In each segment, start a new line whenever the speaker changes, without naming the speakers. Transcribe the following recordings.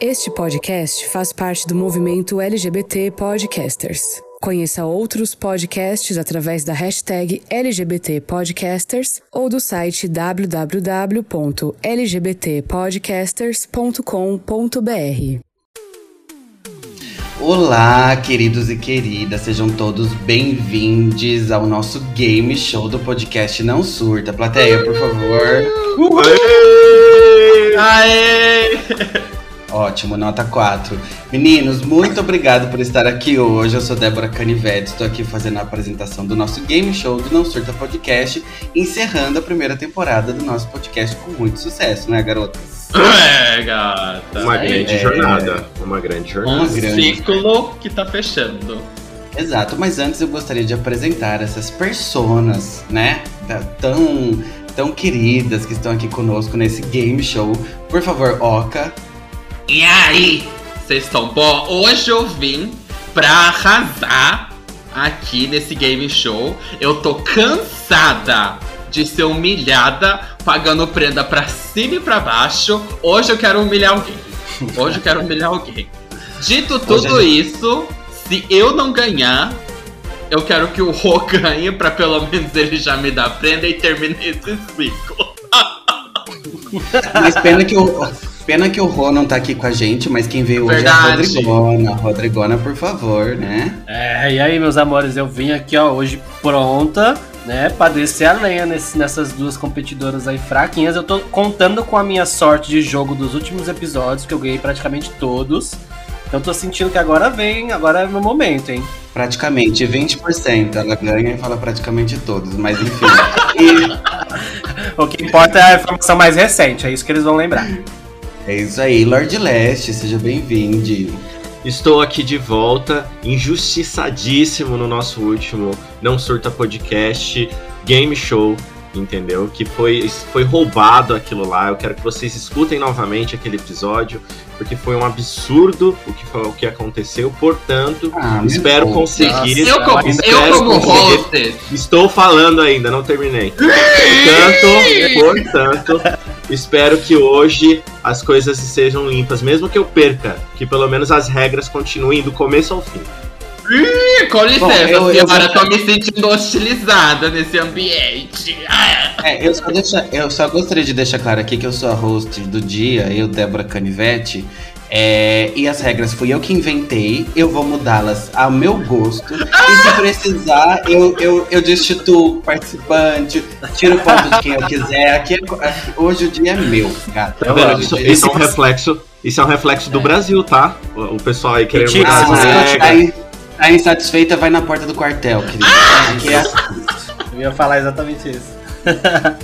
Este podcast faz parte do movimento LGBT Podcasters. Conheça outros podcasts através da hashtag LGBT Podcasters ou do site www.lgbtpodcasters.com.br.
Olá, queridos e queridas, sejam todos bem-vindos ao nosso game show do podcast Não Surta. Plateia, por favor. Uhul! Aê! Ótimo, nota 4. Meninos, muito obrigado por estar aqui hoje. Eu sou Débora Canivete, estou aqui fazendo a apresentação do nosso game show do Não Surta Podcast, encerrando a primeira temporada do nosso podcast com muito sucesso, né, garotas?
É, gata.
Uma grande
É.
jornada. Uma grande jornada.
Uma
Um
grande
ciclo que tá fechando.
Exato, mas antes eu gostaria de apresentar essas personas, né? da- Tão, tão queridas que estão aqui conosco nesse game show. Por favor, Oca.
E aí, vocês estão bom? Hoje eu vim pra arrasar aqui nesse game show. Eu tô cansada de ser humilhada pagando prenda pra cima e pra baixo. Hoje eu quero humilhar alguém. Hoje eu quero humilhar alguém. Dito tudo isso, se eu não ganhar, eu quero que o Rô ganhe pra pelo menos ele já me dar a prenda e termine esse ciclo.
Mas pena que o, pena que o Rô não tá aqui com a gente, mas quem veio hoje
Verdade.
é a Rodrigona. Rodrigona, por favor, né?
É, e aí, meus amores, eu vim aqui, ó, hoje pronta, né, pra descer a lenha nesse- nessas duas competidoras aí fraquinhas. Eu tô contando com a minha sorte de jogo dos últimos episódios, que eu ganhei praticamente todos. Então tô sentindo que agora vem, agora é meu momento, hein.
Praticamente 20%. Ela ganha e fala praticamente todos, mas enfim. E
O que importa é a informação mais recente, é isso que eles vão lembrar.
é isso aí. Lord Leste, seja bem-vindo.
Estou aqui de volta, injustiçadíssimo no nosso último Não Surta Podcast Game Show, entendeu? Que foi, foi roubado aquilo lá. Eu quero que vocês escutem novamente aquele episódio, porque foi um absurdo o que, foi- o que aconteceu. Portanto,
Ah, meu
espero
Deus.
conseguir.
eu como,
tá? ainda
eu
quero
como
conseguir-
host,
Estou falando ainda, não terminei. Então, Portanto, portanto, espero que hoje as coisas sejam limpas, mesmo que eu perca, que pelo menos as regras continuem do começo ao fim.
Com
Bom,
licença,
eu- eu
senhora,
vou-
tô me sentindo hostilizada nesse ambiente. Ah,
É, eu, só deixa- eu só gostaria de deixar claro aqui que eu sou a host do dia, eu, Débora Canivete. é, e as regras fui eu que inventei, eu vou mudá-las ao meu gosto. E se precisar, eu, eu, eu destituo o participante, tiro foto de quem eu quiser. Aqui é co- aqui- hoje o dia é meu, gato.
Tá vendo? Isso, isso é um
Esse-
reflexo, isso é um reflexo do Brasil, tá? O, o pessoal aí querendo
Mentira,
mudar
Ah,
as
mas
você
eu
regras.
tá in- tá insatisfeita, vai na porta do quartel, querida. Aqui é assim.
Eu ia falar exatamente isso.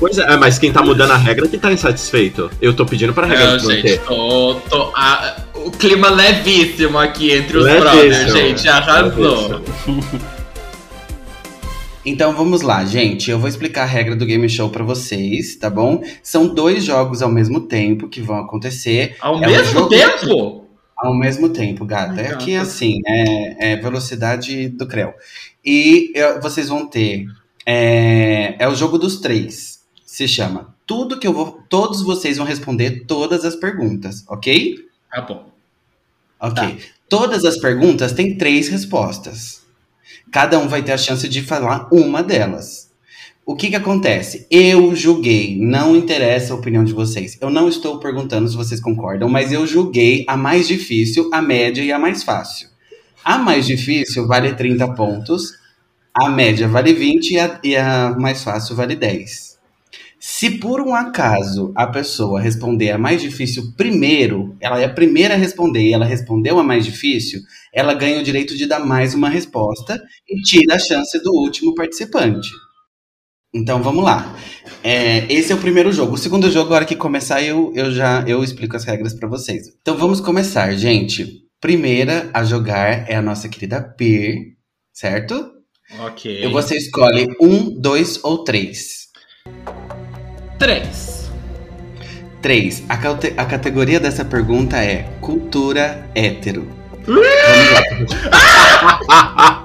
Pois é, mas quem tá mudando a regra que tá insatisfeito. Eu tô pedindo pra regra
Não,
se
Ah, gente,
manter.
tô, tô- ah, o clima levíssimo aqui entre os
Levíssimo,
brothers, gente,
levíssimo.
arrasou.
Então vamos lá, gente. Eu vou explicar a regra do game show pra vocês, tá bom? São dois jogos ao mesmo tempo que vão acontecer
Ao
É um
mesmo
jogo- assim.
tempo?
ao mesmo tempo, gata.
Ai,
É aqui
gata.
assim, é, é velocidade do creu. E é, vocês vão ter é, é o jogo dos três. Se chama. Tudo que eu vou, todos vocês vão responder todas as perguntas, ok?
Tá bom.
Ok. Todas as perguntas têm três respostas. Cada um vai ter a chance de falar uma delas. O que que acontece? Eu julguei, não interessa a opinião de vocês. Eu não estou perguntando se vocês concordam, mas eu julguei a mais difícil, a média e a mais fácil. A mais difícil vale 30 pontos, a média vale 20 e a, e a mais fácil vale 10. Se por um acaso a pessoa responder a mais difícil primeiro, ela é a primeira a responder e ela respondeu a mais difícil, ela ganha o direito de dar mais uma resposta e tira a chance do último participante. Então vamos lá. É, esse é o primeiro jogo. O segundo jogo, a hora que começar, eu, eu já eu explico as regras para vocês. Então vamos começar, gente. Primeira a jogar é a nossa querida Peer, certo?
Ok.
E você escolhe um, dois ou três.
Três.
Três. A, caute- a categoria dessa pergunta é cultura hétero. Vamos lá. Ah,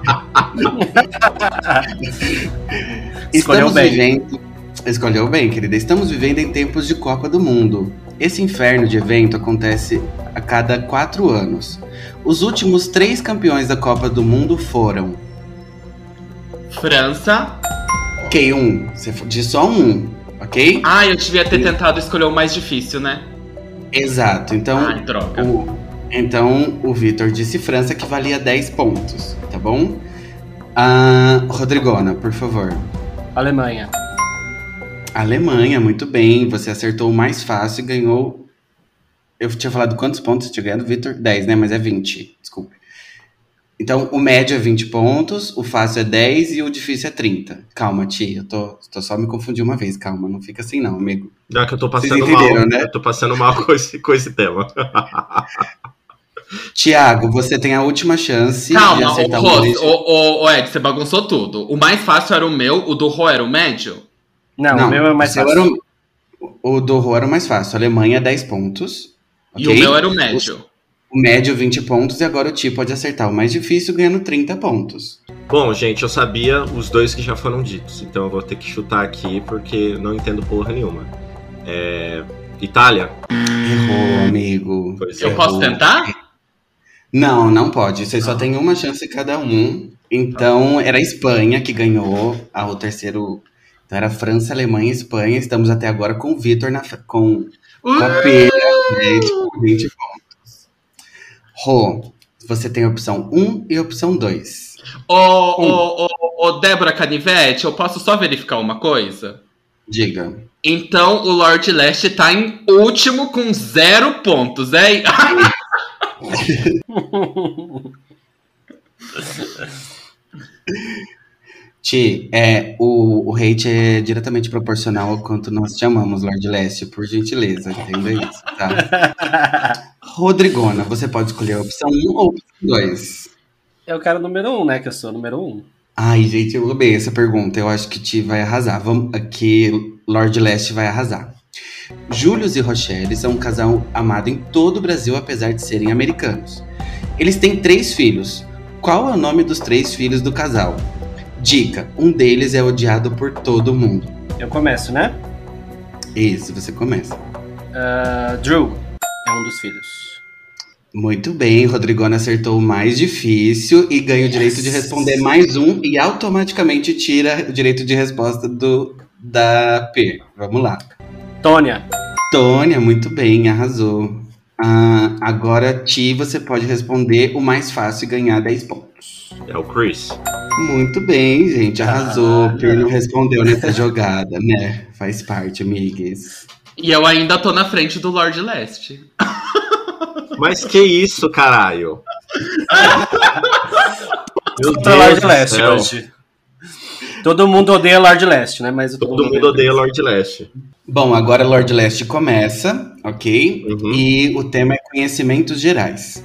Escolheu
Estamos
bem.
vivendo. Escolheu bem, querida. Estamos vivendo em tempos de Copa do Mundo. Esse inferno de evento acontece a cada quatro anos. Os últimos três campeões da Copa do Mundo foram.
França.
Ok, um. Você disse só um, ok?
Ah, eu devia ter tentado escolher o mais difícil, né?
Exato. Então,
Ai, droga.
O- então, o Vitor disse França, que valia 10 pontos, tá bom? Ah, Rodrigona, por favor.
Alemanha.
Alemanha, muito bem. Você acertou o mais fácil e ganhou. Eu tinha falado quantos pontos eu tinha ganhado, Vitor? 10, né? Mas é 20, desculpa. Então, o médio é 20 pontos, o fácil é 10 e o difícil é 30. Calma, tia, eu tô, tô só me confundindo uma vez, calma, não fica assim não, amigo.
Não, é que eu tô
Vocês
passando
entenderam,
mal.
né?
Eu tô passando mal com esse, com esse tema.
Tiago, você tem a última chance de
Calma, o,
acertar
Ros,
um
o, o, o Ed, você bagunçou tudo. O mais fácil era o meu, o do Rô era o médio?
Não, o meu é mais
seu
fácil.
era um- o- o do Rô era o mais fácil. Alemanha, 10 pontos.
E o
ok?
meu era o médio.
O médio, 20 pontos. E agora o Ti pode acertar o mais difícil, ganhando 30 pontos.
Bom, gente, eu sabia os dois que já foram ditos, então eu vou ter que chutar aqui porque não entendo porra nenhuma. É, Itália?
Errou, amigo.
Hum, Pois
Eu
é.
posso tentar? Ah.
Não, não pode. Você só tem uma chance cada um. Então, era a Espanha que ganhou a- o terceiro. Então, era França, Alemanha e Espanha. Estamos até agora com o Vitor na, fr- com
Uh,
Copeira, né,
Uhum.
tipo, 20 pontos. Rô, você tem a opção 1 e a opção 2.
Ô, ô, ô, ô, Débora Canivete, eu posso só verificar uma coisa?
Diga.
Então, o Lord Leste tá em último com zero pontos, é?
Ti, é, o, o hate é diretamente proporcional ao quanto nós te amamos, Lord Leste, por gentileza, entenda isso, tá? Rodrigona, você pode escolher a opção 1 ou a opção 2.
Eu quero o número um, né? Que eu sou o número um.
Ai, gente, eu amei essa pergunta, eu acho que Ti vai arrasar, vamos, aqui Lord Leste vai arrasar. Július e Rochelle são um casal amado em todo o Brasil, apesar de serem americanos. Eles têm três filhos. Qual é o nome dos três filhos do casal? Dica: um deles é odiado por todo mundo.
Eu começo, né?
Isso, você começa.
Ah, Drew é um dos filhos.
Muito bem, Rodrigona acertou o mais difícil e ganha o direito de responder mais um e automaticamente tira o direito de resposta do da P. Vamos lá.
Tônia.
Tônia, muito bem, arrasou. Ah, agora, Ti, você pode responder o mais fácil e ganhar 10 pontos.
É o Chris.
Muito bem, gente, arrasou.
Ah,
P não
não.
respondeu nessa jogada, né? Faz parte, amigues.
E eu ainda tô na frente do Lord Leste.
Mas que isso, caralho? Meu
Contra Lord
do
Leste
céu.
hoje. Todo mundo odeia Lord Leste, né? Mas
Todo mundo odeia Lord Leste.
Bom, agora Lord Leste começa, ok?
Uhum.
E o tema é conhecimentos gerais.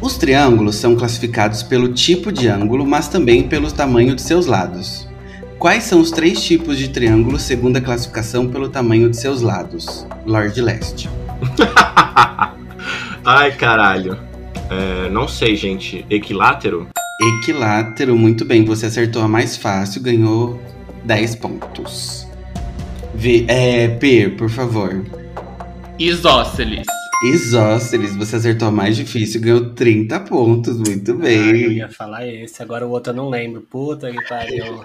Os triângulos são classificados pelo tipo de ângulo, mas também pelo tamanho de seus lados. Quais são os três tipos de triângulo segundo a classificação pelo tamanho de seus lados? Lord Leste.
Ai, caralho. É, não sei, gente. Equilátero?
Equilátero, muito bem, você acertou a mais fácil, ganhou 10 pontos. Vi, é, P, por favor.
Isósceles.
Isósceles, você acertou a mais difícil, ganhou 30 pontos, muito
Ai, Ah, eu
bem.
ia falar esse, agora o outro eu não lembro. Puta que pariu.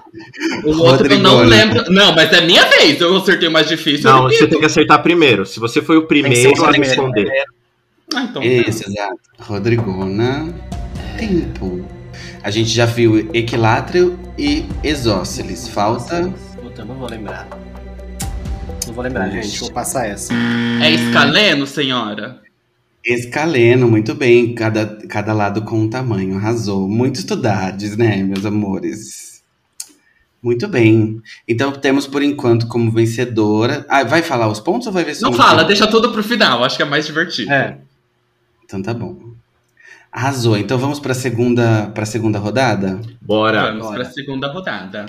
O outro eu não
Rodrigona.
lembro. Não, mas é minha vez. Eu acertei o mais difícil. eu
Não,
repito.
você tem que acertar primeiro. Se você foi o
ser o
primeiro a
primeiro. É.
responder.
Ah, então.
Isso, exato. Rodrigona, tempo. A gente já viu equilátrio e exósceles. Falta.
Puta, eu não vou lembrar. Não vou lembrar, gente. Vou passar essa.
É escaleno, senhora?
Escaleno, muito bem. Cada, cada lado com um tamanho, arrasou. Muito estudados, né, meus amores? Muito bem. Então temos por enquanto como vencedora. Ah, vai falar os pontos ou vai ver só um no
Não fala,
final?
deixa tudo pro final. Acho que é mais divertido.
É.
Então tá bom. Arrasou. Então vamos para segunda para segunda rodada.
Bora.
Vamos
agora.
pra segunda rodada.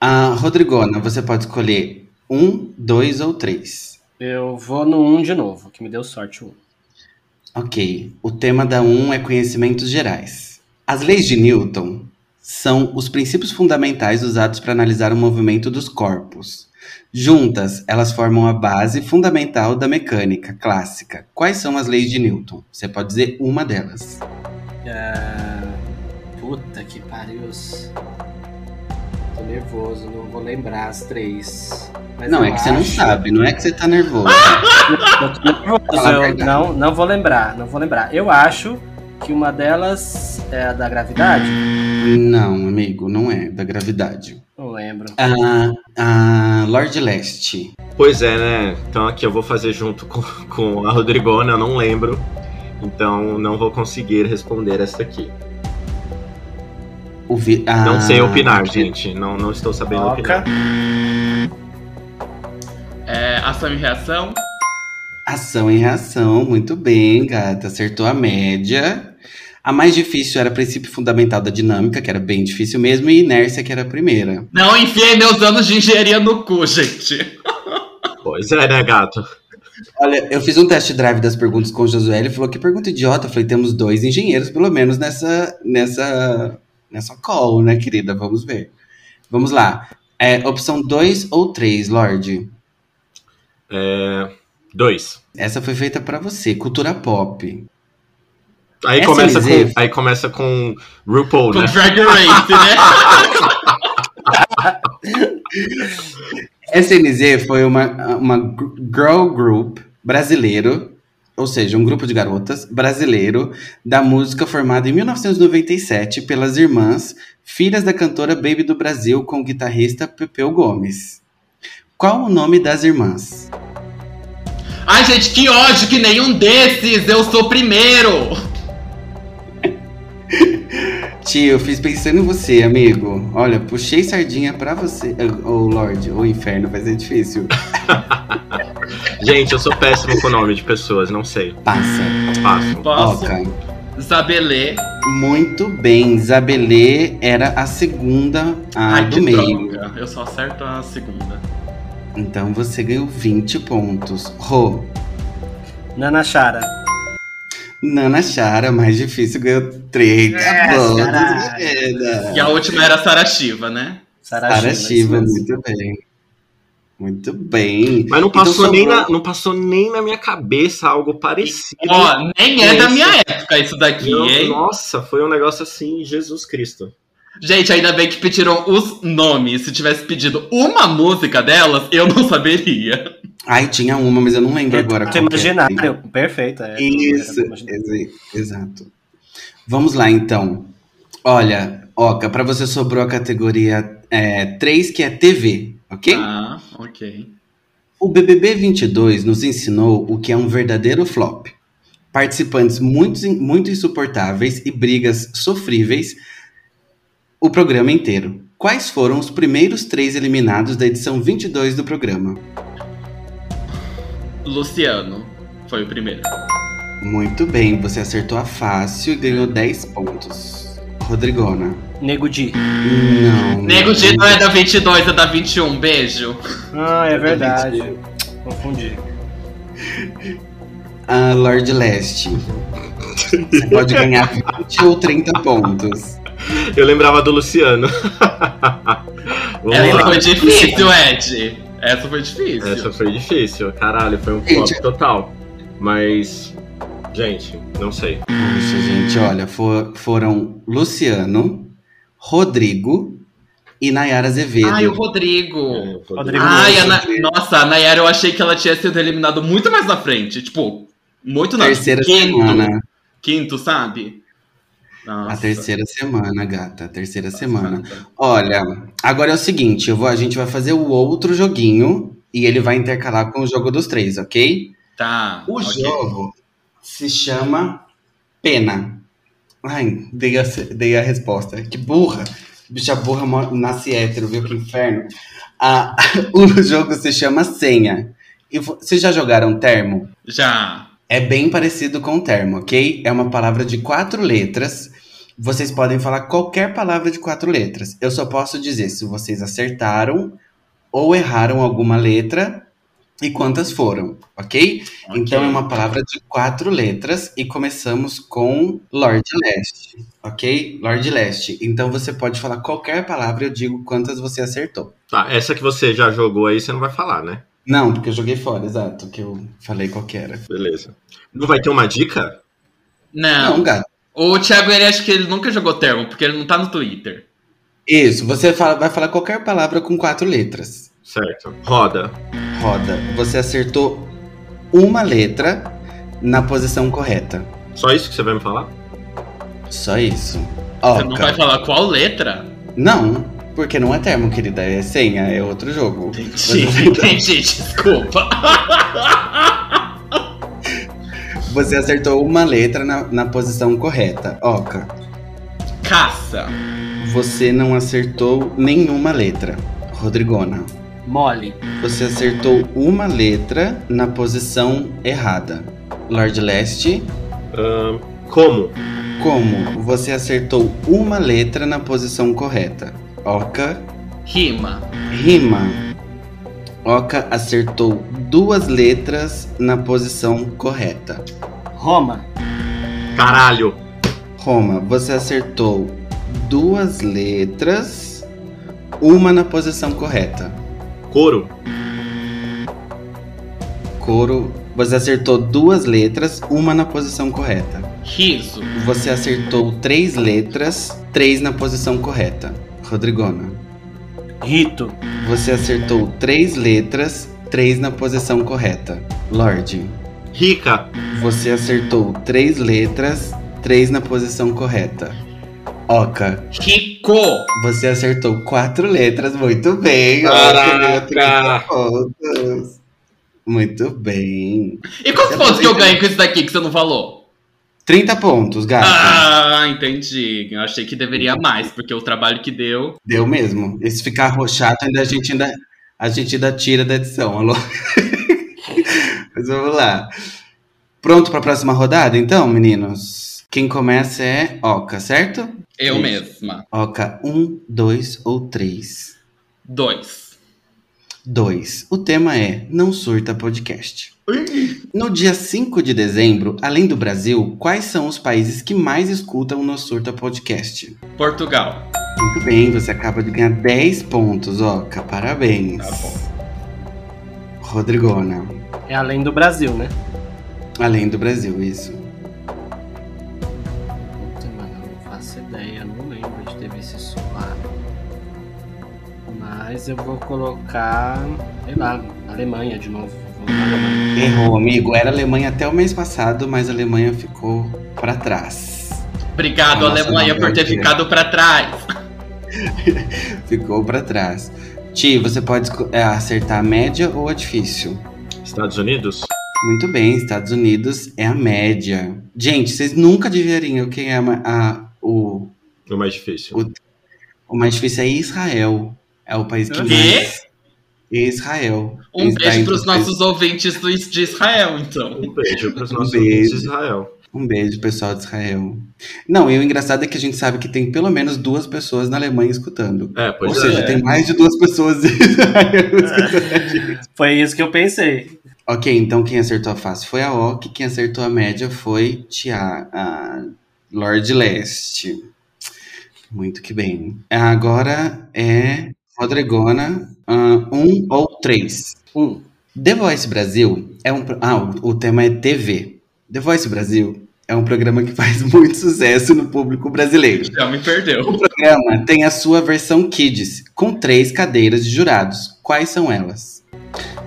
Ah, Rodrigona, você pode escolher um, dois ou três.
Eu vou no 1 um de novo, que me deu sorte um. o 1.
Ok, o tema da 1 é conhecimentos gerais. As leis de Newton são os princípios fundamentais usados para analisar o movimento dos corpos. Juntas, elas formam a base fundamental da mecânica clássica. Quais são as leis de Newton? Você pode dizer uma delas.
Ah, puta que pariu. Tô nervoso, não vou lembrar as três. Mas
não,
eu
é que você não
acho- Ah,
sabe, não é que você tá nervoso.
Eu tô nervoso,
Fala a
eu
verdade.
não, não vou lembrar, não vou lembrar. Eu acho que uma delas é a da gravidade.
Não, amigo, não é da gravidade.
Não lembro.
Ah, ah, Lord Leste.
Pois é, né? Então aqui eu vou fazer junto com, com a Rodrigona, eu não lembro. Então não vou conseguir responder essa aqui.
O vi- ah,
Não sei opinar, gente. Não, não estou sabendo
Toca.
opinar.
É, ação e reação?
Ação em reação, muito bem, gata. Acertou a média. A mais difícil era princípio fundamental da dinâmica, que era bem difícil mesmo, e inércia, que era a primeira.
Não enfiei meus anos de engenharia no cu, gente.
Pois é, né, gato?
Olha, eu fiz um test drive das perguntas com o Josué, ele falou que pergunta idiota. Eu falei, temos dois engenheiros, pelo menos, nessa, nessa, nessa call, né, querida? Vamos ver. Vamos lá. É, opção 2 ou 3, Lorde?
Dois.
Essa foi feita pra você, cultura pop.
Aí
SLZ.
começa, com, aí começa com RuPaul,
Com
né?
Drag Race, né?
SNZ foi uma, uma gr- girl group brasileiro, ou seja, um grupo de garotas brasileiro da música formado em 1997 pelas irmãs, filhas da cantora Baby do Brasil com o guitarrista Pepeu Gomes. Qual o nome das irmãs?
Ai, gente, que ódio que nenhum desses eu sou primeiro.
Tio, eu fiz pensando em você, amigo. Olha, puxei sardinha pra você. Ô, oh, Lorde, o inferno vai ser difícil.
Gente, eu sou péssimo com nome de pessoas, não sei.
Passa.
Passo.
Posso?
Toca.
Zabelê.
Muito bem, Isabelê era a segunda a
Ai,
do
que
Ah, meio.
droga. Eu só acerto a segunda.
Então você ganhou 20 pontos. Rô,
Nanachara.
Nana Chara, mais difícil, ganhou Tá 30
É,
pontos.
caralho.
querida.
E a última era a Sara Shiva, né?
Sara Shiva,
isso mesmo.
muito bem. Muito bem.
Mas não
Então
passou, nem
sobrou-
na, não passou nem na minha cabeça algo parecido.
Ó, nem é
Isso.
da minha época isso daqui,
Não,
hein?
nossa, foi um negócio assim, Jesus Cristo.
Gente, ainda bem que pediram os nomes. Se tivesse pedido uma música delas, eu não saberia.
Ai, tinha uma, mas eu não lembro agora.
Tô
qual que é.
imaginário. Perfeito. É,
Isso,
Era imaginário.
ex- exato. Vamos lá, então. Olha, Oca, pra você sobrou a categoria 3, que é TV, ok?
Ah, ok.
O BBB 22 nos ensinou o que é um verdadeiro flop. Participantes muito, muito insuportáveis e brigas sofríveis o programa inteiro. Quais foram os primeiros três eliminados da edição 22 do programa?
Luciano foi o primeiro.
Muito bem, você acertou a fácil e ganhou 10 pontos. Rodrigona.
Nego Di.
Não.
Nego G não é da 22, é da 21. Beijo.
Ah, é verdade. Confundi.
Ah, Lord Leste. Você pode ganhar 20 ou 30 pontos.
Eu lembrava do Luciano. Vamos
Essa
lá.
foi difícil, Ed. Essa foi difícil.
Essa foi difícil, caralho, foi um
Gente.
flop total. Mas, gente, não sei.
Poxa, gente, olha, fo- foram Luciano, Rodrigo e Nayara Azevedo.
Ai, o Rodrigo.
É,
Rodrigo.
Ai, a
Rodrigo.
Na... nossa, a Nayara, eu achei que ela tinha sido eliminada muito mais na frente. Tipo, muito na
terceira
quinto,
semana.
Quinto, sabe? Nossa.
A terceira semana, gata. A terceira semana. Olha, agora é o seguinte: eu vou, a gente vai fazer o outro joguinho e ele vai intercalar com o jogo dos três, ok?
Tá.
O
ok.
jogo se chama Pena. Ai, dei a, dei a resposta. Que burra. Bicha burra mo- nasce hétero, viu? Que inferno. Ah, o jogo se chama Senha. E vo- vocês já jogaram termo?
Já.
É bem parecido com o termo, ok? É uma palavra de quatro letras. Vocês podem falar qualquer palavra de quatro letras. Eu só posso dizer se vocês acertaram ou erraram alguma letra e quantas foram, ok? Então é uma palavra de quatro letras e começamos com Lord Leste, ok? Lord Leste. Então você pode falar qualquer palavra, eu digo quantas você acertou.
Tá, essa que você já jogou aí, você não vai falar, né?
Não, porque eu joguei fora, exato, que eu falei qual que era.
Beleza. Não vai ter uma dica?
Não,
Não.
gato.
O Thiago, ele acho que ele nunca jogou termo, porque ele não tá no Twitter.
Isso, você fala- vai falar qualquer palavra com quatro letras.
Certo. Roda.
Roda. Você acertou uma letra na posição correta.
Só isso que você vai me falar?
Só isso.
Você não vai
Oca.
falar qual letra?
Não, porque não é termo, querida, é senha, é outro jogo.
Sim, entendi, desculpa.
Você acertou uma letra na, na posição correta. Oca,
Caça.
você não acertou nenhuma letra. Rodrigona,
Mole.
você acertou uma letra na posição errada. Lord Leste,
Ahn, como?
como você acertou uma letra na posição correta. Oca,
Rima.
rima. Oca acertou duas letras na posição correta.
Roma.
Caralho.
Roma, você acertou duas letras, uma na posição correta.
Couro.
Coro, você acertou duas letras, uma na posição correta.
Riso.
Você acertou três letras, três na posição correta. Rodrigona,
Rito.
você acertou três letras, três na posição correta. Lorde,
Rica.
você acertou três letras, três na posição correta. Oca,
Rico.
Você acertou quatro letras, muito bem. ó,
Caraca!
você ganhou 30 pontos. Muito bem.
E quantos pontos que eu ganho com isso daqui que você não falou?
30 pontos, gato.
Ah, entendi. Eu achei que deveria
Uhum.
mais, porque o trabalho que deu.
Deu mesmo. E se ficar arrochado, ainda a gente ainda, a gente ainda tira da edição. alô? Mas vamos lá. Pronto para a próxima rodada, então, meninos? Quem começa é Oca, certo?
Eu
Isso.
mesma.
Oca, um, dois ou três?
Dois.
2. O tema é Não Surta Podcast. No dia 5 de dezembro, além do Brasil, quais são os países que mais escutam o Não Surta Podcast?
Portugal.
Muito bem, você acaba de ganhar 10 pontos, Oca. Parabéns.
Tá
Rodrigona.
É além do Brasil, né?
Além do Brasil, isso.
Puta, mano, eu não faço ideia, eu não lembro de ter visto isso lá. Mas eu vou colocar, sei lá, Alemanha de novo. Vou na Alemanha.
Errou, amigo. Era Alemanha até o mês passado, mas a Alemanha ficou pra trás.
Obrigado,
Nossa,
Alemanha,
não,
por ter
eu queria.
ficado pra trás.
Ficou pra trás. Ti, você pode esco- é, acertar a média ou a difícil?
Estados Unidos?
Muito bem, Estados Unidos é a média. Gente, vocês nunca adivinhariam quem é a, ma- a- o,
O mais difícil.
o mais difícil é Israel. É o país que
Hã?
mais. é Israel.
Um
Está
beijo
entre
pros
os
nossos ouvintes do- de Israel, então.
Um beijo para os nossos
beijo.
ouvintes de Israel.
Um beijo, pessoal de Israel. Não, e o engraçado é que a gente sabe que tem pelo menos duas pessoas na Alemanha escutando.
É, pois
Ou
é.
seja, tem mais de duas pessoas em Israel escutando.
Foi isso que eu pensei.
Ok, então quem acertou a face foi a Ok, quem acertou a média foi Tia, a Lord Leste. Muito que bem. Agora é Rodregona, ah, um ou três.
Um.
The Voice Brasil é um. pro- Ah, o, o tema é TV. The Voice Brasil é um programa que faz muito sucesso no público brasileiro.
Já me perdeu.
O programa tem a sua versão Kids, com três cadeiras de jurados. Quais são elas?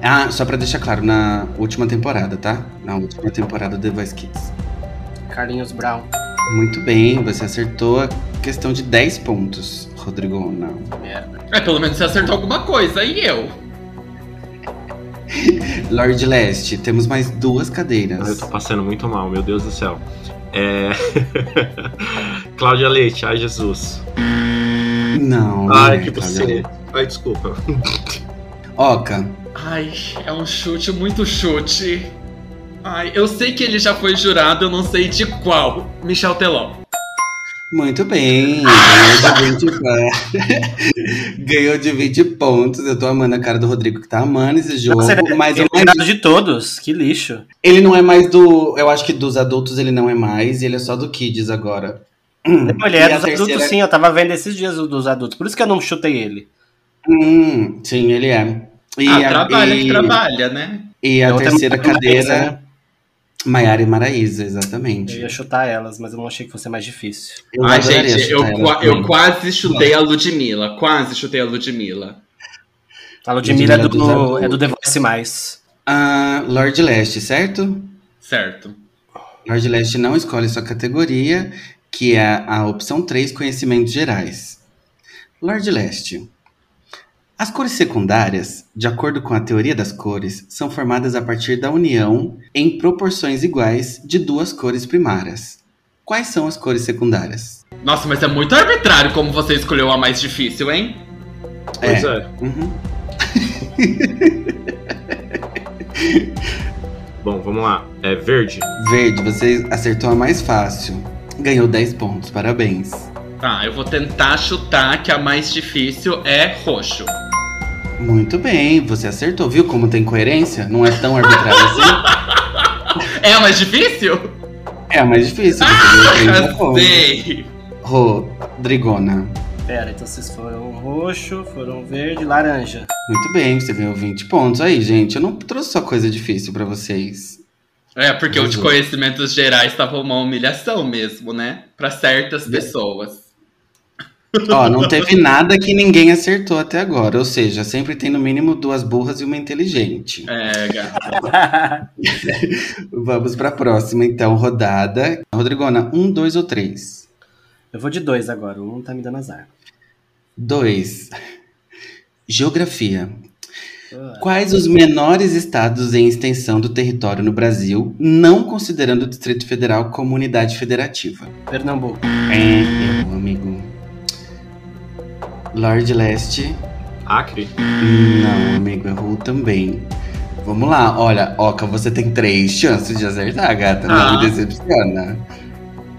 Ah, só pra deixar claro, na última temporada, tá? Na última temporada do The Voice Kids.
Carlinhos Brown.
Muito bem, você acertou a questão de 10 pontos, Rodrigo. Não.
Merda.
É, pelo menos você acertou alguma coisa, e eu?
Lord Leste, temos mais duas
Ah, eu
cadeiras.
tô passando muito mal, meu Deus do céu. É. Cláudia Leite, ai Jesus.
Não. não
Ai,
é,
que
Cláudia
você.
Leite.
Ai, desculpa.
Oca,
Ai, é um chute, muito chute. Ai, eu sei que ele já foi jurado, eu não sei de qual. Michel Teló.
Muito bem, ganhou de, 20, pontos. ganhou de 20 pontos. Eu tô amando a cara do Rodrigo que tá amando esse jogo.
Nossa, ele-
mas eu
ele é eliminado de todos, que lixo.
Ele não é mais do. Eu acho que dos adultos ele não é mais, ele é só do Kids agora.
Ele
E
é
a
dos adultos,
terceira-
sim, eu tava vendo esses dias o dos adultos, por isso que eu não chutei ele.
Hum, sim, ele é. E
ah,
a-
trabalha
e-
que trabalha, né?
E a
Eu também
terceira
tô com Maraísa,
cadeira, Maiara e Maraísa,
Eu ia
exatamente.
chutar elas, mas eu não achei que fosse mais difícil.
Eu
Ai,
adoraria
gente, eu,
chutar ela
qua- eu
também.
quase chutei a Ludmilla. Quase chutei a Ludmilla.
A Ludmilla é
Ludmilla dos
do,
adultos.
é do The Voice Mais.
Ah, Lord Leste, certo?
Certo.
Lord Leste não escolhe sua categoria, que é a opção 3, conhecimentos gerais. Lord Leste. As cores secundárias, de acordo com a teoria das cores, são formadas a partir da união, em proporções iguais, de duas cores primárias. Quais são as cores secundárias?
Nossa, mas é muito arbitrário como você escolheu a mais difícil, hein?
Pois é.
Uhum.
Bom, vamos lá. É verde.
Verde, você acertou a mais fácil. Ganhou 10 pontos, parabéns.
Tá, eu vou tentar chutar que a mais difícil é roxo.
Muito bem, você acertou, viu como tem coerência? Não é tão arbitrário assim.
É a mais difícil?
É a mais difícil. Você ganhou 30 pontos.
Sei.
Rodrigona.
Pera, então vocês foram roxo, foram verde, laranja.
Muito bem, você ganhou 20 pontos. Aí, gente, eu não trouxe só coisa difícil pra vocês.
É, porque o de
Uhum.
conhecimentos gerais tava uma humilhação mesmo, né? Pra certas
Yeah.
pessoas.
Ó, não teve nada que ninguém acertou até agora. Ou seja, sempre tem no mínimo duas burras e uma inteligente.
É, gata.
Vamos pra próxima, então, rodada. Rodrigona, um, dois ou três?
eu vou de dois agora, um tá me dando azar.
Dois. Geografia. Quais os menores estados em extensão do território no Brasil, não considerando o Distrito Federal como unidade federativa?
Pernambuco.
É, meu amigo. Lord Leste.
Acre.
Não, amigo, errou também. Vamos lá, olha, Oca, você tem três chances de acertar, gata. Não
Ah.
me decepciona.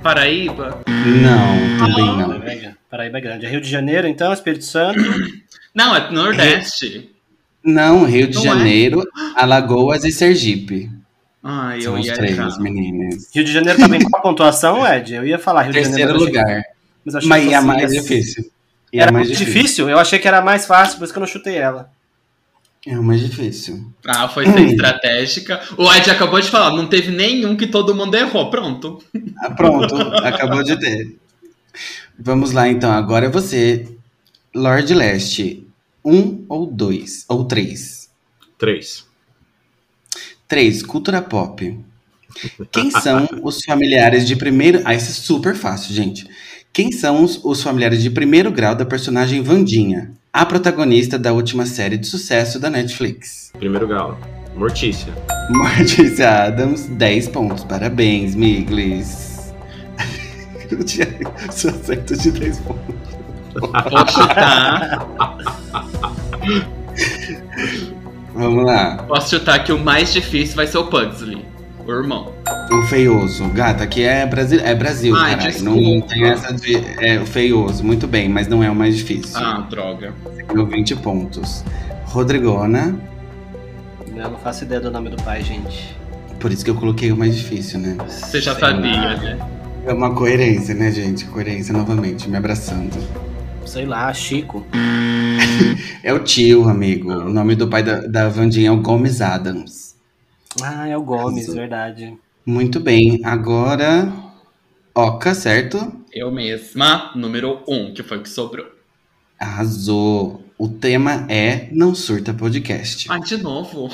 Paraíba?
Não, também não.
Paraíba é grande. Paraíba é grande. É Rio de Janeiro, então, Espírito Santo.
Não, é Nordeste.
Não, Rio de
Não é?
Janeiro, Alagoas e Sergipe.
Ai,
São
eu
os
ia
três, né?
errar.
meninas.
Rio de Janeiro tava em qual pontuação, Ed? Eu ia falar Rio de
Terceiro
Janeiro. eu achei-
lugar.
Mas, eu achei
Mas
que
e a
fosse- assim.
mais difícil? E a
Era
mais
muito difícil. Eu achei que era mais fácil, por isso que eu não chutei ela.
É o mais difícil.
Ah, foi ser estratégica. O Ed acabou de falar, não teve nenhum que todo mundo errou. Pronto.
Ah, pronto, acabou de ter. Vamos lá, então. Agora é você, Lord Leste. Um ou dois? Ou três?
Três.
Três, cultura pop. Quem são os familiares de primeiro... Ah, isso é super fácil, gente. Quem são os, os familiares de primeiro grau da personagem Vandinha? A protagonista da última série de sucesso da Netflix.
Primeiro grau. Mortícia.
Mortícia Adams, 10 pontos. Parabéns, Miglis. Eu tinha só acerto de 10 pontos.
Vou chutar.
Vamos lá.
Posso chutar que o mais difícil vai ser o Pugsley. O irmão.
O feioso. Gata, aqui é Brasil. É Brasil,
Ai,
caralho.
Ah, desculpa.
Não tem essa de. É o feioso. Muito bem, mas não é o mais difícil.
Ah, droga.
Você ganhou 20 pontos. Rodrigona.
Eu não faço ideia do nome do pai, gente.
Por isso que eu coloquei o mais difícil, né?
Você já
Sei
sabia,
lá.
né?
É uma coerência, né, gente? Coerência novamente, me abraçando.
Sei lá, Chico.
É o tio, amigo. O nome do pai da, da Vandinha é o Gomes Adams.
Ah, é o Gomes,
Azul.
verdade.
Muito bem. Agora. Oca, certo?
Eu mesma, número um, que foi o que sobrou.
Arrasou. O tema é Não Surta Podcast.
Ai, Ah, de novo.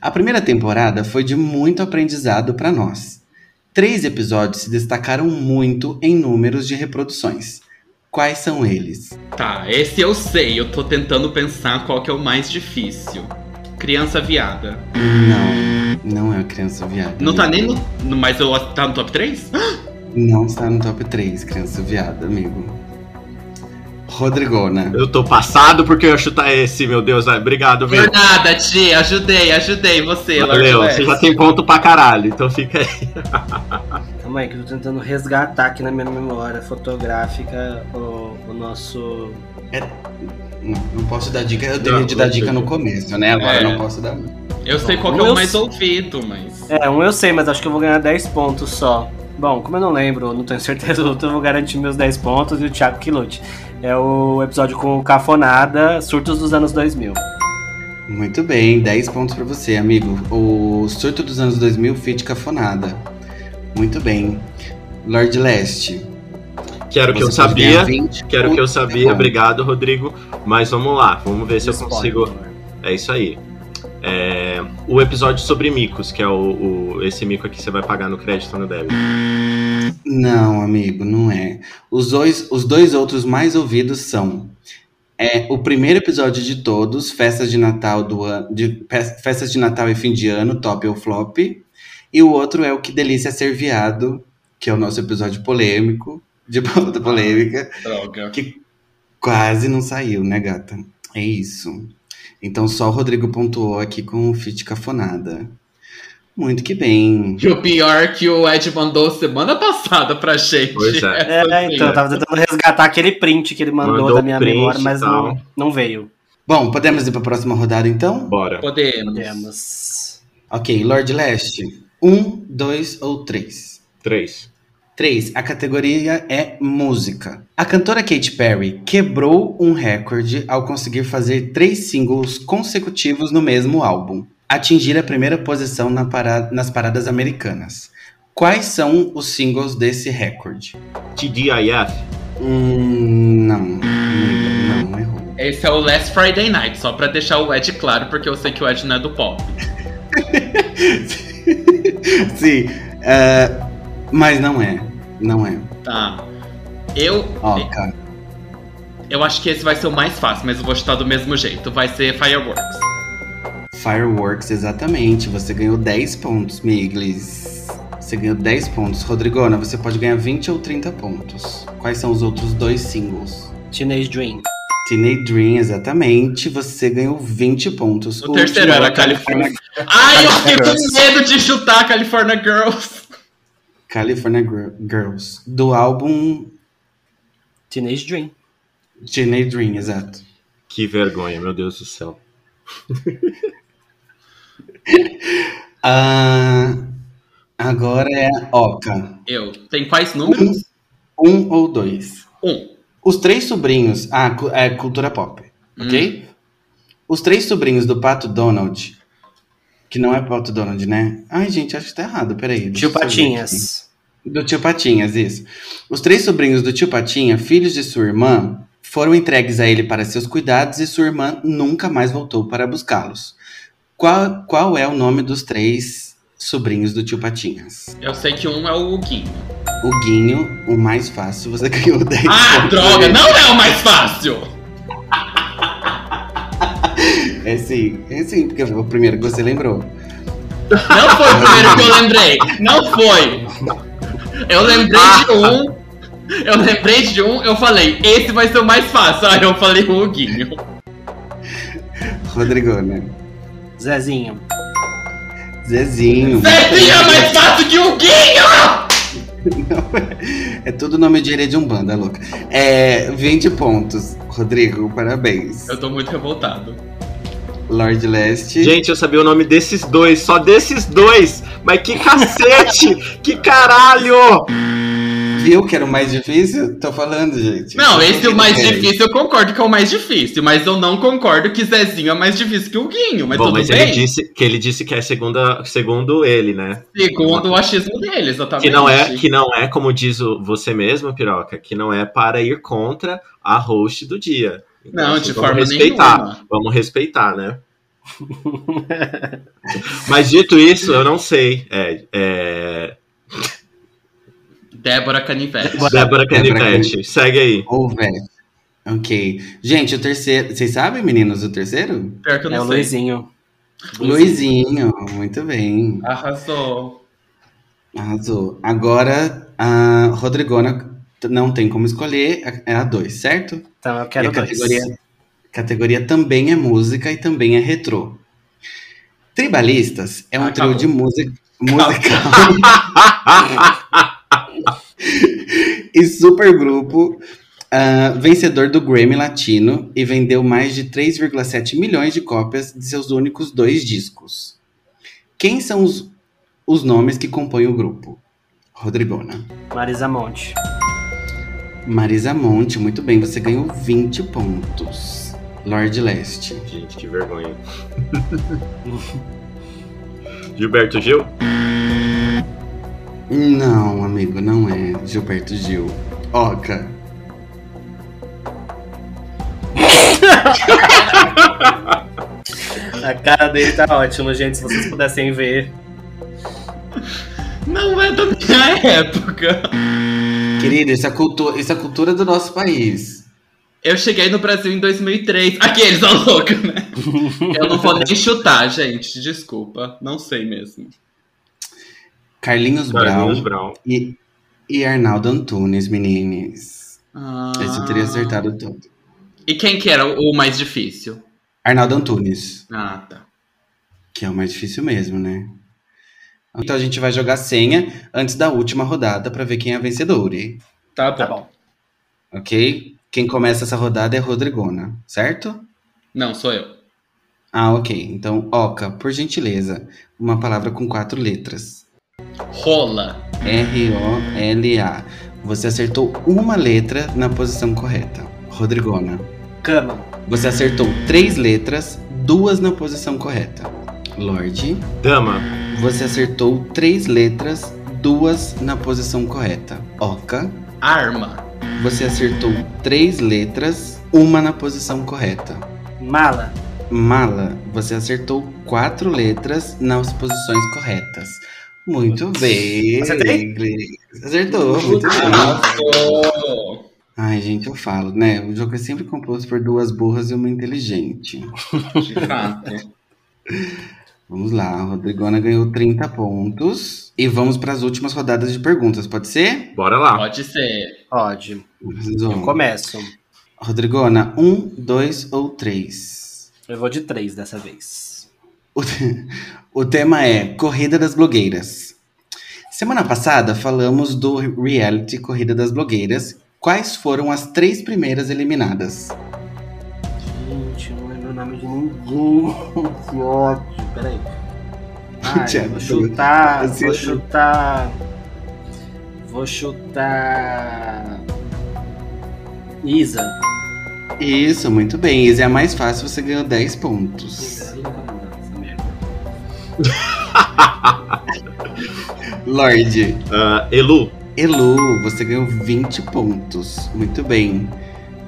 A primeira temporada foi de muito aprendizado para nós. Três episódios se destacaram muito em números de reproduções. Quais são eles?
Tá, esse eu sei. Eu tô tentando pensar qual que é o mais difícil. Criança viada.
Não, não é a criança viada.
Não tá nem
amigo.
no. no- Mas eu tá no top 3?
Não está no top 3, criança viada, amigo. Rodrigona.
Eu tô passado porque eu ia chutar esse, meu Deus. vai. Obrigado,
Por
velho.
nada, tia. Ajudei, ajudei você, Lorde
Valeu.
Leste.
Você já tem ponto pra caralho, então fica aí.
Tamo Calma aí, que eu tô tentando resgatar aqui na minha memória fotográfica o, o nosso.
Não, não posso dar dica, eu teria
Não,
de dar
não
dica
sei.
no começo, né? Agora
É.
eu não posso dar.
Eu sei qual que é o mais ouvido, mas.
É, um eu sei, mas acho que eu vou ganhar 10 pontos só. Bom, como eu não lembro, não tenho certeza do outro, eu vou garantir meus 10 pontos e o Thiago que lute. É o episódio com o Cafonada, Surtos dos anos 2000.
Muito bem, 10 pontos pra você, amigo. O surto dos anos 2000, feat cafonada. Muito bem. Lord Leste.
Que era o que eu
você pode ganhar
sabia.
20
Que era o que eu
pontos.
sabia.
Bom,
Obrigado, Rodrigo. Mas vamos lá, vamos ver se eu
Spoiler.
consigo. É isso aí. É, o episódio sobre micos, que é o, o- esse mico aqui que você vai pagar no crédito ou no débito.
Não, amigo, não é. Os dois, os dois outros mais ouvidos são é, o primeiro episódio de todos, Festas de Natal do ano, de, Fe- Festas de Natal e Fim de Ano, Top ou Flop, e o outro é o Que Delícia Ser Viado, que é o nosso episódio polêmico, de pauta polêmica,
Droga.
quase não saiu, né, gata? É isso. Então só o Rodrigo pontuou aqui com o fit cafonada. Muito que bem.
E o pior é que o Ed mandou semana passada pra gente.
Pois é.
Essa
É, então, eu tava tentando resgatar aquele print que ele mandou,
Mandou
da minha
print
memória, mas
e tal.
não, não veio.
Bom, podemos ir para a próxima rodada então?
Bora.
Podemos.
Temos.
Ok, Lord Leste. Um, dois ou três?
Três.
Três. A categoria é música. A cantora Katy Perry quebrou um recorde ao conseguir fazer três singles consecutivos no mesmo álbum, atingir a primeira posição na para- nas paradas americanas. Quais são os singles desse recorde?
TDIF.
Hum, não, amiga, não errou.
Esse é o Last Friday Night, só pra deixar o Ed claro, porque eu sei que o Ed não é do pop.
Sim, é, mas não é, não é.
Tá. Eu,
Ó, cara.
eu acho que esse vai ser o mais fácil, mas eu vou chutar do mesmo jeito. Vai ser Fireworks.
Fireworks, exatamente. Você ganhou 10 pontos, Miglis. Você ganhou 10 pontos. Rodrigona, você pode ganhar 20 ou 30 pontos. Quais são os outros dois singles?
Teenage Dream.
Teenage Dream, exatamente. Você ganhou 20 pontos.
O terceiro
último é
era California. Ai, eu fiquei com medo de chutar California Girls.
California Gr- Girls. Do álbum
Teenage Dream.
Teenage Dream, exato.
Que vergonha, meu Deus do céu.
Ah, agora é a Oca.
Eu. Tem quais números?
Um ou dois?
Um.
Os três sobrinhos. Ah, cu- é cultura pop. Ok? Os três sobrinhos do Pato Donald, que não é Pato Donald, né? Ai, gente, acho que tá errado, peraí. deixa
Tio
eu só ver
Patinhas.
aqui. Do Tio Patinhas, isso. Os três sobrinhos do Tio Patinha, filhos de sua irmã, foram entregues a ele para seus cuidados e sua irmã nunca mais voltou para buscá-los. Qual, qual é o nome dos três sobrinhos do Tio Patinhas?
Eu sei que um é o Guinho.
O Guinho, o mais fácil, você ganhou 10
Ah,
pontos.
droga! Não é o mais fácil!
É sim, é sim, porque foi o primeiro que você lembrou.
Não foi o primeiro que eu lembrei. Não foi. Eu lembrei de um. Eu lembrei de um, eu falei, esse vai ser o mais fácil. Aí eu falei o Huguinho.
Rodrigona.
Zezinho.
Zezinho.
Zezinho é mais fácil que o Huguinho!
É tudo nome de herê de Umbanda, louca. É, 20 pontos. Rodrigo, parabéns.
Eu tô muito revoltado.
Lord Leste.
Gente, eu sabia o nome desses dois, só desses dois. Mas que cacete! que caralho!
Viu que era o mais difícil? Tô falando, gente.
Não, esse é o mais
É.
difícil, eu concordo que é o mais difícil, mas eu não concordo que Zezinho é mais difícil que o Guinho, mas
Bom,
tudo
mas
bem.
ele disse que ele disse que é segunda, segundo ele, né?
Segundo o achismo dele, exatamente.
Que não é, que não é como diz o- você mesmo, piroca, que não é para ir contra a host do dia. Então,
Não,
assim,
de
vamos
forma
respeitar.
nenhuma.
Vamos respeitar, né? Mas dito isso, eu não sei. É, é...
Débora Canivete.
Débora
Canivete.
Canivete, segue aí.
Ou velho. Ok. Gente, o terceiro. Vocês sabem, meninos, o terceiro?
Pior que eu
É o
não sei.
Luizinho.
Luizinho. Muito bem.
Arrasou.
Arrasou. Agora, a Rodrigona t- não tem como escolher. É a 2, certo?
Então eu
E
quero
a
dois.
categoria, categoria também é música e também é retrô. Tribalistas é um
Ah,
Acabou.
trio de música musical. e supergrupo ah, vencedor do Grammy Latino e vendeu mais de 3,7 milhões de cópias de seus únicos dois discos. Quem são os, os nomes que compõem o grupo? Rodrigona.
Marisa Monte.
Marisa Monte, muito bem, você ganhou 20 pontos. Lorde Leste.
Gente, que vergonha. Gilberto Gil?
Não, amigo, não é Gilberto Gil. Oca.
A cara dele tá ótima, gente. Se vocês pudessem ver.
Não é da minha época.
Querido, isso é, cultu isso é cultura do nosso país.
Eu cheguei no Brasil em 2003. Aqueles, a louca, né? Eu não vou nem chutar, gente. Desculpa. Não sei mesmo.
Carlinhos,
Carlinhos
Brown,
Brown.
E, e Arnaldo Antunes, meninos.
Ah.
Esse eu teria acertado tudo.
E quem que era o o mais difícil?
Arnaldo Antunes.
Ah, tá.
Que é o mais difícil mesmo, né? Então a gente vai jogar senha antes da última rodada pra ver quem é a vencedora,
Tá bom.
Tá bom.
ok? Quem começa essa rodada é Rodrigona, certo?
Não, sou eu.
Ah, ok. Então, Oca, por gentileza, uma palavra com quatro letras.
Rola.
R-O-L-A. Você acertou uma letra na posição correta. Rodrigona.
Cama.
Você acertou três letras, duas na posição correta. Lorde.
Dama.
Você acertou três letras, duas na posição correta. Oca.
Arma.
Você acertou três letras, uma na posição correta.
Mala.
Mala, você acertou quatro letras nas posições corretas. Muito bem.
Acertei?
Acertou, muito bem.
Arrasou.
Ai, gente, eu falo, né? O jogo é sempre composto por duas burras e uma inteligente.
De fato.
Vamos lá, a Rodrigona ganhou 30 pontos. E vamos para as últimas rodadas de perguntas, pode ser?
Bora lá.
Pode ser.
Ódio. Eu
Vamos.
começo.
Rodrigona, um, dois ou três?
Eu vou de três dessa vez.
O, te- o tema é Corrida das Blogueiras. Semana passada falamos do reality Corrida das Blogueiras. Quais foram as três primeiras eliminadas?
Gente, eu não lembro o nome de ninguém. Que ódio. Peraí. Ai,
Thiago,
eu vou
tô-
chutar.
você-
Vou chutar. Vou chutar. Isa.
Isso, muito bem. Isso é a mais fácil, você ganhou 10 pontos.
Isa, Isa, essa merda.
Lorde,
Ah, Elu.
Elu, você ganhou 20 pontos. Muito bem.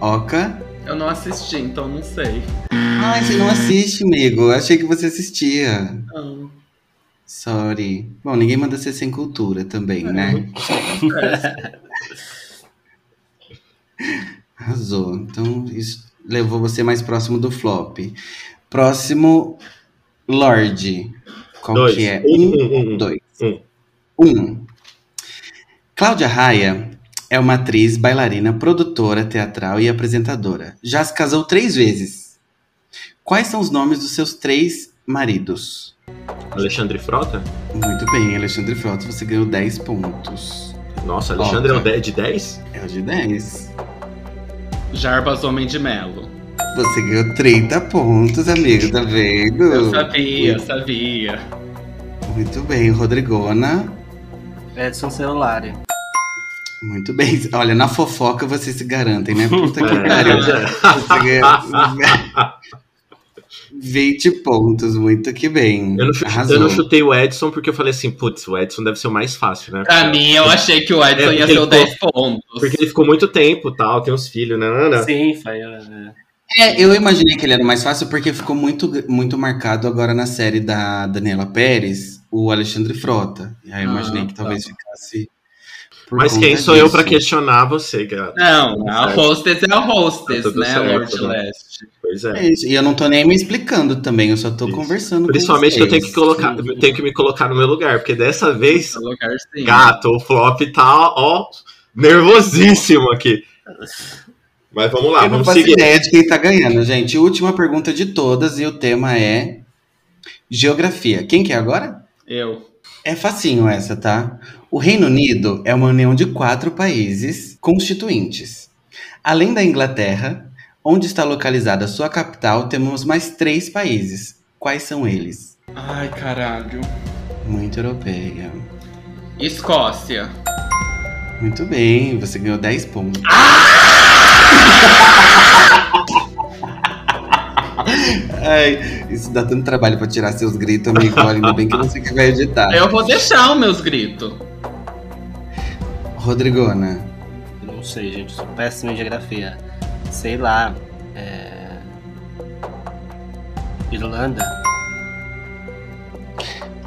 Oca.
Eu não assisti, então não sei.
Ai, você não assiste, amigo. Eu Achei que você assistia.
Não.
Sorry. Bom, ninguém manda ser sem cultura também, né?
Uhum.
Arrasou. Então, isso levou você mais próximo do flop. Próximo, Lorde. Qual
Dois.
que é?
Um, um, um, um.
dois.
Um.
Um. Cláudia Raia é uma atriz, bailarina, produtora, teatral e apresentadora. Já se casou três vezes. Quais são os nomes dos seus três maridos?
Alexandre Frota?
Muito bem, Alexandre Frota, você ganhou 10 pontos.
Nossa, Alexandre
Ó,
é um de- de 10?
É o de 10.
Jarbas Homem de Melo.
Você ganhou 30 pontos, amigo, tá vendo?
Eu sabia, eu sabia.
Muito bem, Rodrigona.
Edson Celulari.
Muito bem. Olha, na fofoca vocês se garantem, né? Puta que
É,
pariu.
já-
Você ganhou 20 pontos, muito que bem.
Eu não, chutei, eu não chutei o Edson porque eu falei assim, putz, o Edson deve ser o mais fácil, né?
Pra mim, eu achei que o Edson
É,
ia
porque
ser o
ele
10 pontos.
Porque ele ficou muito tempo, tal, tem uns filhos, né? né, né.
Sim, foi. é.
É, eu imaginei que ele era o mais fácil porque ficou muito, muito marcado agora na série da Daniela Pérez, o Alexandre Frota. E aí eu
Ah,
imaginei que
tá.
talvez ficasse. por
Mas
conta
quem sou eu pra
disso.
questionar você, cara?
Não, a
Certo.
hostess é a hostess,
Tá tudo
né,
certo,
Lorde
né?
Leste?
Pois é.
É isso, E eu não tô nem me explicando também, eu só tô
Isso.
conversando
Principalmente que
com
eu
vocês.
tenho que colocar,
Sim.
tenho que me colocar no meu lugar, porque dessa vez,
Esse lugar sim.
gato, o flop tá, ó, nervosíssimo aqui. Mas vamos lá,
eu não
vamos
faço
seguir.
ideia de quem tá ganhando, gente. Última pergunta de todas e o tema é geografia. Quem que é agora?
Eu.
É facinho essa, tá? O Reino Unido é uma união de quatro países constituintes. Além da Inglaterra, onde está localizada a sua capital, temos mais três países. Quais são eles?
Ai, caralho.
Muito europeia.
Escócia.
Muito bem, você ganhou 10 pontos. Ai, isso dá tanto trabalho pra tirar seus gritos, amigo. Olha, ainda bem que não sei quem vai editar.
Eu vou deixar os meus gritos.
Rodrigona,
Não sei, gente, sou péssimo em geografia. Sei lá. é, Irlanda?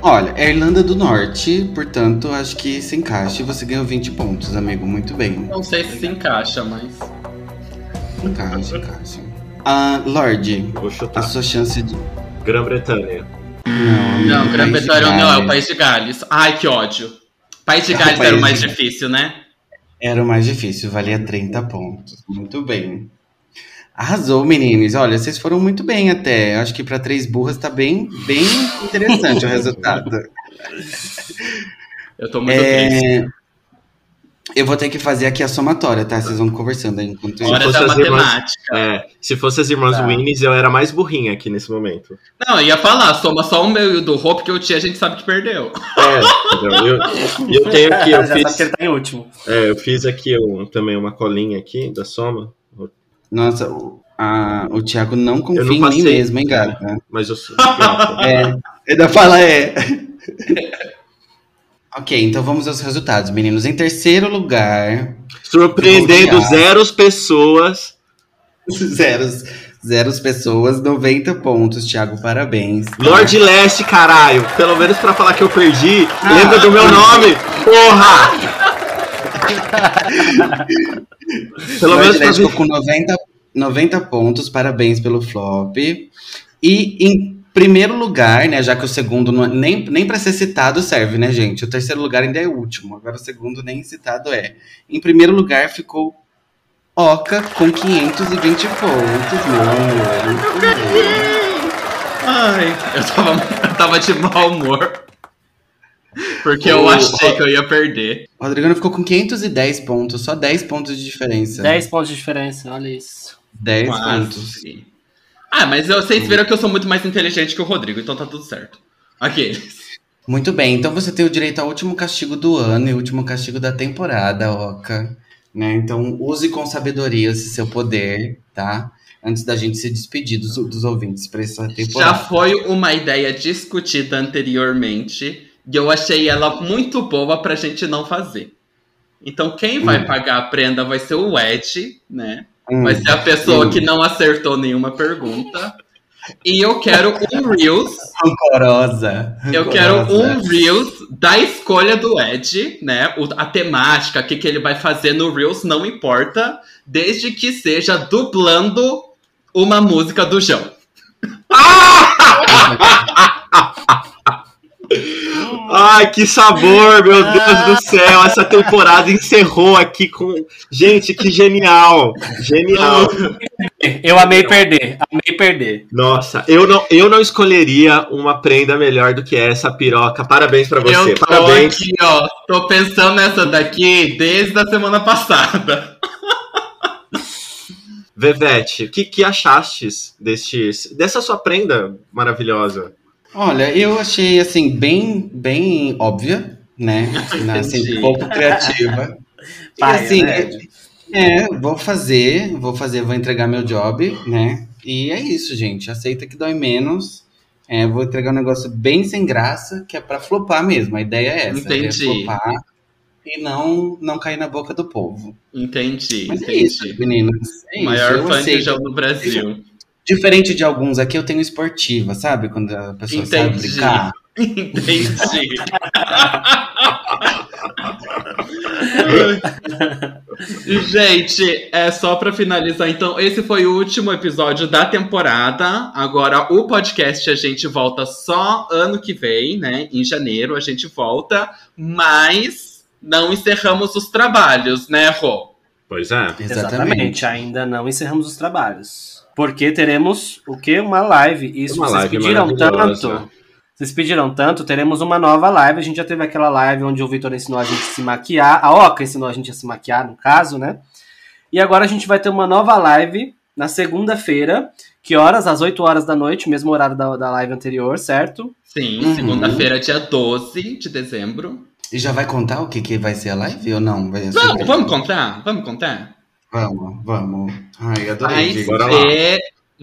olha, é a Irlanda do Norte, portanto, acho que se encaixa e você ganhou 20 pontos, amigo. Muito bem.
Não sei se se encaixa, mas.
Encaixa, encaixa. Ah, Lorde,
Vou
a
chutar.
sua chance de.
Grã-Bretanha.
Não, amigo,
Não,
País de
Grã-Bretanha não é o
Gales.
País de Gales. Ai, que ódio. País de
É o
Gales era
país
o mais
de-
difícil, né?
Era o mais difícil, valia 30 pontos. Muito bem. Arrasou, meninos. Olha, vocês foram muito bem até. Acho que para três burras tá bem, bem interessante o resultado.
Eu tô muito
É,
triste.
Eu vou ter que fazer aqui a somatória, tá? Vocês vão conversando aí enquanto isso.
Olha-
Hora
fosse
da
as irmãs-
matemática.
É, se fosse as irmãs
Tá.
Winnes, eu era mais burrinha aqui nesse momento.
Não, eu ia falar, soma só o meu e o do Rô, porque o tio a gente sabe que perdeu.
É, entendeu? Eu, e eu tenho aqui, É eu
Já sabe que ele
fiz,
tá em último.
é, eu fiz aqui um- também uma colinha aqui da soma,
Nossa, o, a- o Thiago não confia
não
em mim
passei.
mesmo, hein, gata?
mas eu sou. gata.
É, ainda fala é. ok, então vamos aos resultados, meninos. Em terceiro lugar,
Surpreendendo
Vou ganhar.
zeros pessoas.
zeros, zeros pessoas, 90 pontos, Thiago, parabéns.
Lorde Leste, caralho. Pelo menos pra falar que eu perdi, lembra do meu nome, porra! Pelo
Lorde
menos pra
Leste ficou com 90, 90 pontos, parabéns pelo flop. E em primeiro lugar, né, já que o segundo não- nem, nem para ser citado serve, né, gente? O terceiro lugar ainda é o último, agora o segundo nem citado é. Em primeiro lugar ficou Oca com 520 pontos. Não,
Ai, eu tava, eu tava de mau humor. Porque eu
O-
achei que eu ia perder.
o Rodrigano ficou com 510 pontos, só 10 pontos de diferença.
10 pontos de diferença, olha isso.
10 pontos.
Quase. Ah, mas eu- vocês viram que eu sou muito mais inteligente que o Rodrigo, então tá tudo certo. Aqueles.
Muito bem, então você tem o direito ao último castigo do ano e o último castigo da temporada, Oca. Né? Então use com sabedoria esse seu poder, tá? Antes da gente se despedir dos, dos ouvintes para essa
Já
temporada.
foi uma ideia discutida anteriormente e eu achei ela muito boa pra gente não fazer. Então quem vai
Hum.
pagar a prenda vai ser o Ed, né?
Hum,
Vai ser a pessoa
Hum.
que não acertou nenhuma pergunta. E eu quero um Reels
rancorosa.
Eu quero
rancorosa.
né?
um Reels da escolha do Ed, né? O- a temática, o que, que ele vai fazer no Reels, não importa, desde que seja dublando uma música do João.
Ai, que sabor, meu Deus do céu! Essa temporada encerrou aqui com. Gente, que genial! Genial!
Eu amei perder, amei perder.
Nossa, eu não, eu não escolheria uma prenda melhor do que essa piroca. Parabéns pra você,
eu tô
parabéns.
aqui, ó, tô pensando nessa daqui desde a semana passada.
Vevete, o que, que achastes deste, dessa sua prenda maravilhosa?
Olha, eu achei assim, bem, bem óbvia, né? Na- Assim,
Entendi.
pouco criativa. E,
Paia,
assim,
né?
é, é, vou fazer, vou fazer, vou entregar meu job, né? E é isso, gente. Aceita que dói menos. É, vou entregar um negócio bem sem graça, que é pra flopar mesmo. A ideia é essa.
Entendi.
É flopar e não, não cair na boca do povo.
Entendi,
Mas é isso,
entendi.
meninas. É
O Maior
isso, eu
fã de
aceito.
João do Brasil.
Diferente de alguns aqui, eu tenho esportiva, sabe? Quando a pessoa sabe
Entendi.
brincar.
Entendi. Gente, é só pra finalizar. Então, esse foi o último episódio da temporada. Agora, o podcast a gente volta só ano que vem, né? Em janeiro a gente volta, mas não encerramos os trabalhos, né, Rô?
Pois é.
Exatamente.
ainda não encerramos os trabalhos. Porque teremos o quê? Uma live. Isso
Uma
vocês
live
pediram
maravilhosa.
tanto. Vocês pediram tanto, teremos uma nova live. A gente já teve aquela live onde o Vitor ensinou a gente a se maquiar. A Oca ensinou a gente a se maquiar, no caso, né? E agora a gente vai ter uma nova live na segunda-feira. Que horas? Às 8 horas da noite, mesmo horário da, da live anterior, certo?
Sim,
Uhum.
segunda-feira, dia 12 de dezembro.
E já vai contar o que, que vai ser a live ou não? Vai ser-
Vamos, vamos contar? Vamos contar?
Vamos, vamos. Ai, adorei,
Vai
gente.
bora lá.
ser,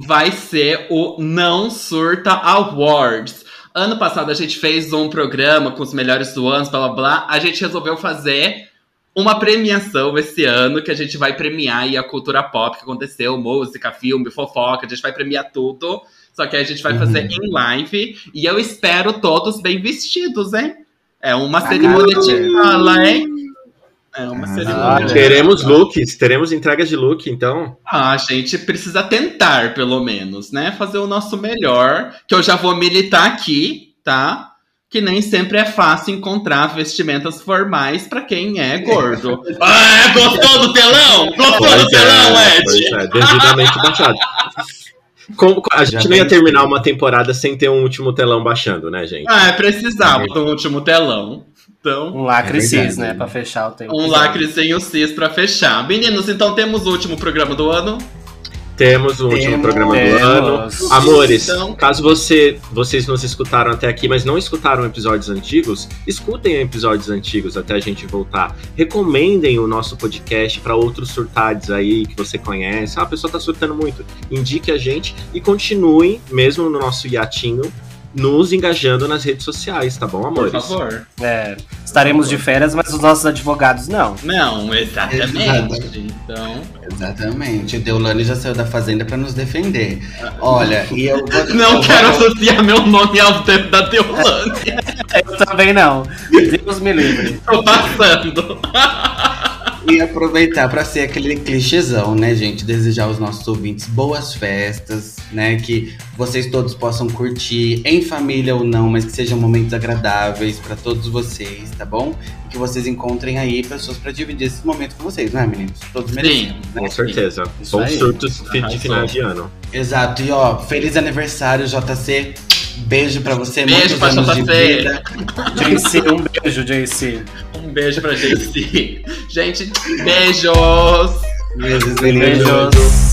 vai ser o Não Surta Awards. Ano passado a gente fez um programa com os melhores do ano, blá blá blá. A gente resolveu fazer uma premiação esse ano que a gente vai premiar aí a cultura pop que aconteceu, música, filme, fofoca, a gente vai premiar tudo. Só que a gente vai
Uhum.
fazer em live e eu espero todos bem vestidos, hein? É uma
Caralho.
cerimônia de fala, hein? É uma
Caralho.
cerimônia. de
Teremos looks, teremos entregas de look, então.
ah, a gente precisa tentar, pelo menos, né? Fazer o nosso melhor. Que eu já vou militar aqui, tá? Que nem sempre é fácil encontrar vestimentas formais pra quem é gordo. ah, gostou do telão? Gostou do telão, Ed?
pois é, devidamente baixado. Como- a gente
Já
não ia
tem-
terminar uma temporada sem ter um último telão baixando, né, gente?
Ah, precisava do último telão. Então,
Um lacre
É verdade,
cis, né?
né?
Pra fechar o tempo.
é.
um lacrezinho cis pra fechar. Meninos, então temos o último programa do ano?
Temos o último
Temos.
programa do
Temos.
ano. Amores,
Então-
caso você, vocês nos escutaram até aqui, mas não escutaram episódios antigos, escutem episódios antigos até a gente voltar. Recomendem o nosso podcast para outros surtades aí que você conhece. Ah, a pessoa tá surtando muito. Indique a gente e continuem, mesmo no nosso hiatinho, nos engajando nas redes sociais, tá bom,
Por
amores?
favor.
É, estaremos de férias, mas os nossos advogados não.
Não, exatamente.
Exatamente.
Então.
Exatamente. O Deolane já saiu da fazenda pra nos defender. Olha, e eu vou-
Ah. Não
eu
quero
vou-
associar meu nome ao tempo da Deolane.
Eu também não. Deus me livre.
Tô passando.
E aproveitar pra ser aquele clichêzão, né, gente? Desejar aos nossos ouvintes boas festas, né? Que vocês todos possam curtir, em família ou não, mas que sejam momentos agradáveis pra todos vocês, tá bom? E que vocês encontrem aí pessoas pra dividir esse momento com vocês, né, meninos? Todos merecemos, né?
Com certeza.
Isso
Bons
aí.
surtos fi- de
Arrasou.
final de ano.
Exato, e ó, feliz aniversário, JC. Beijo pra você,
Beijo
muitos
pra
anos de
JC.
vida.
JC, um beijo, JC.
Um beijo pra gente. Gente, beijos.
Beijos, meninos.
Beijos.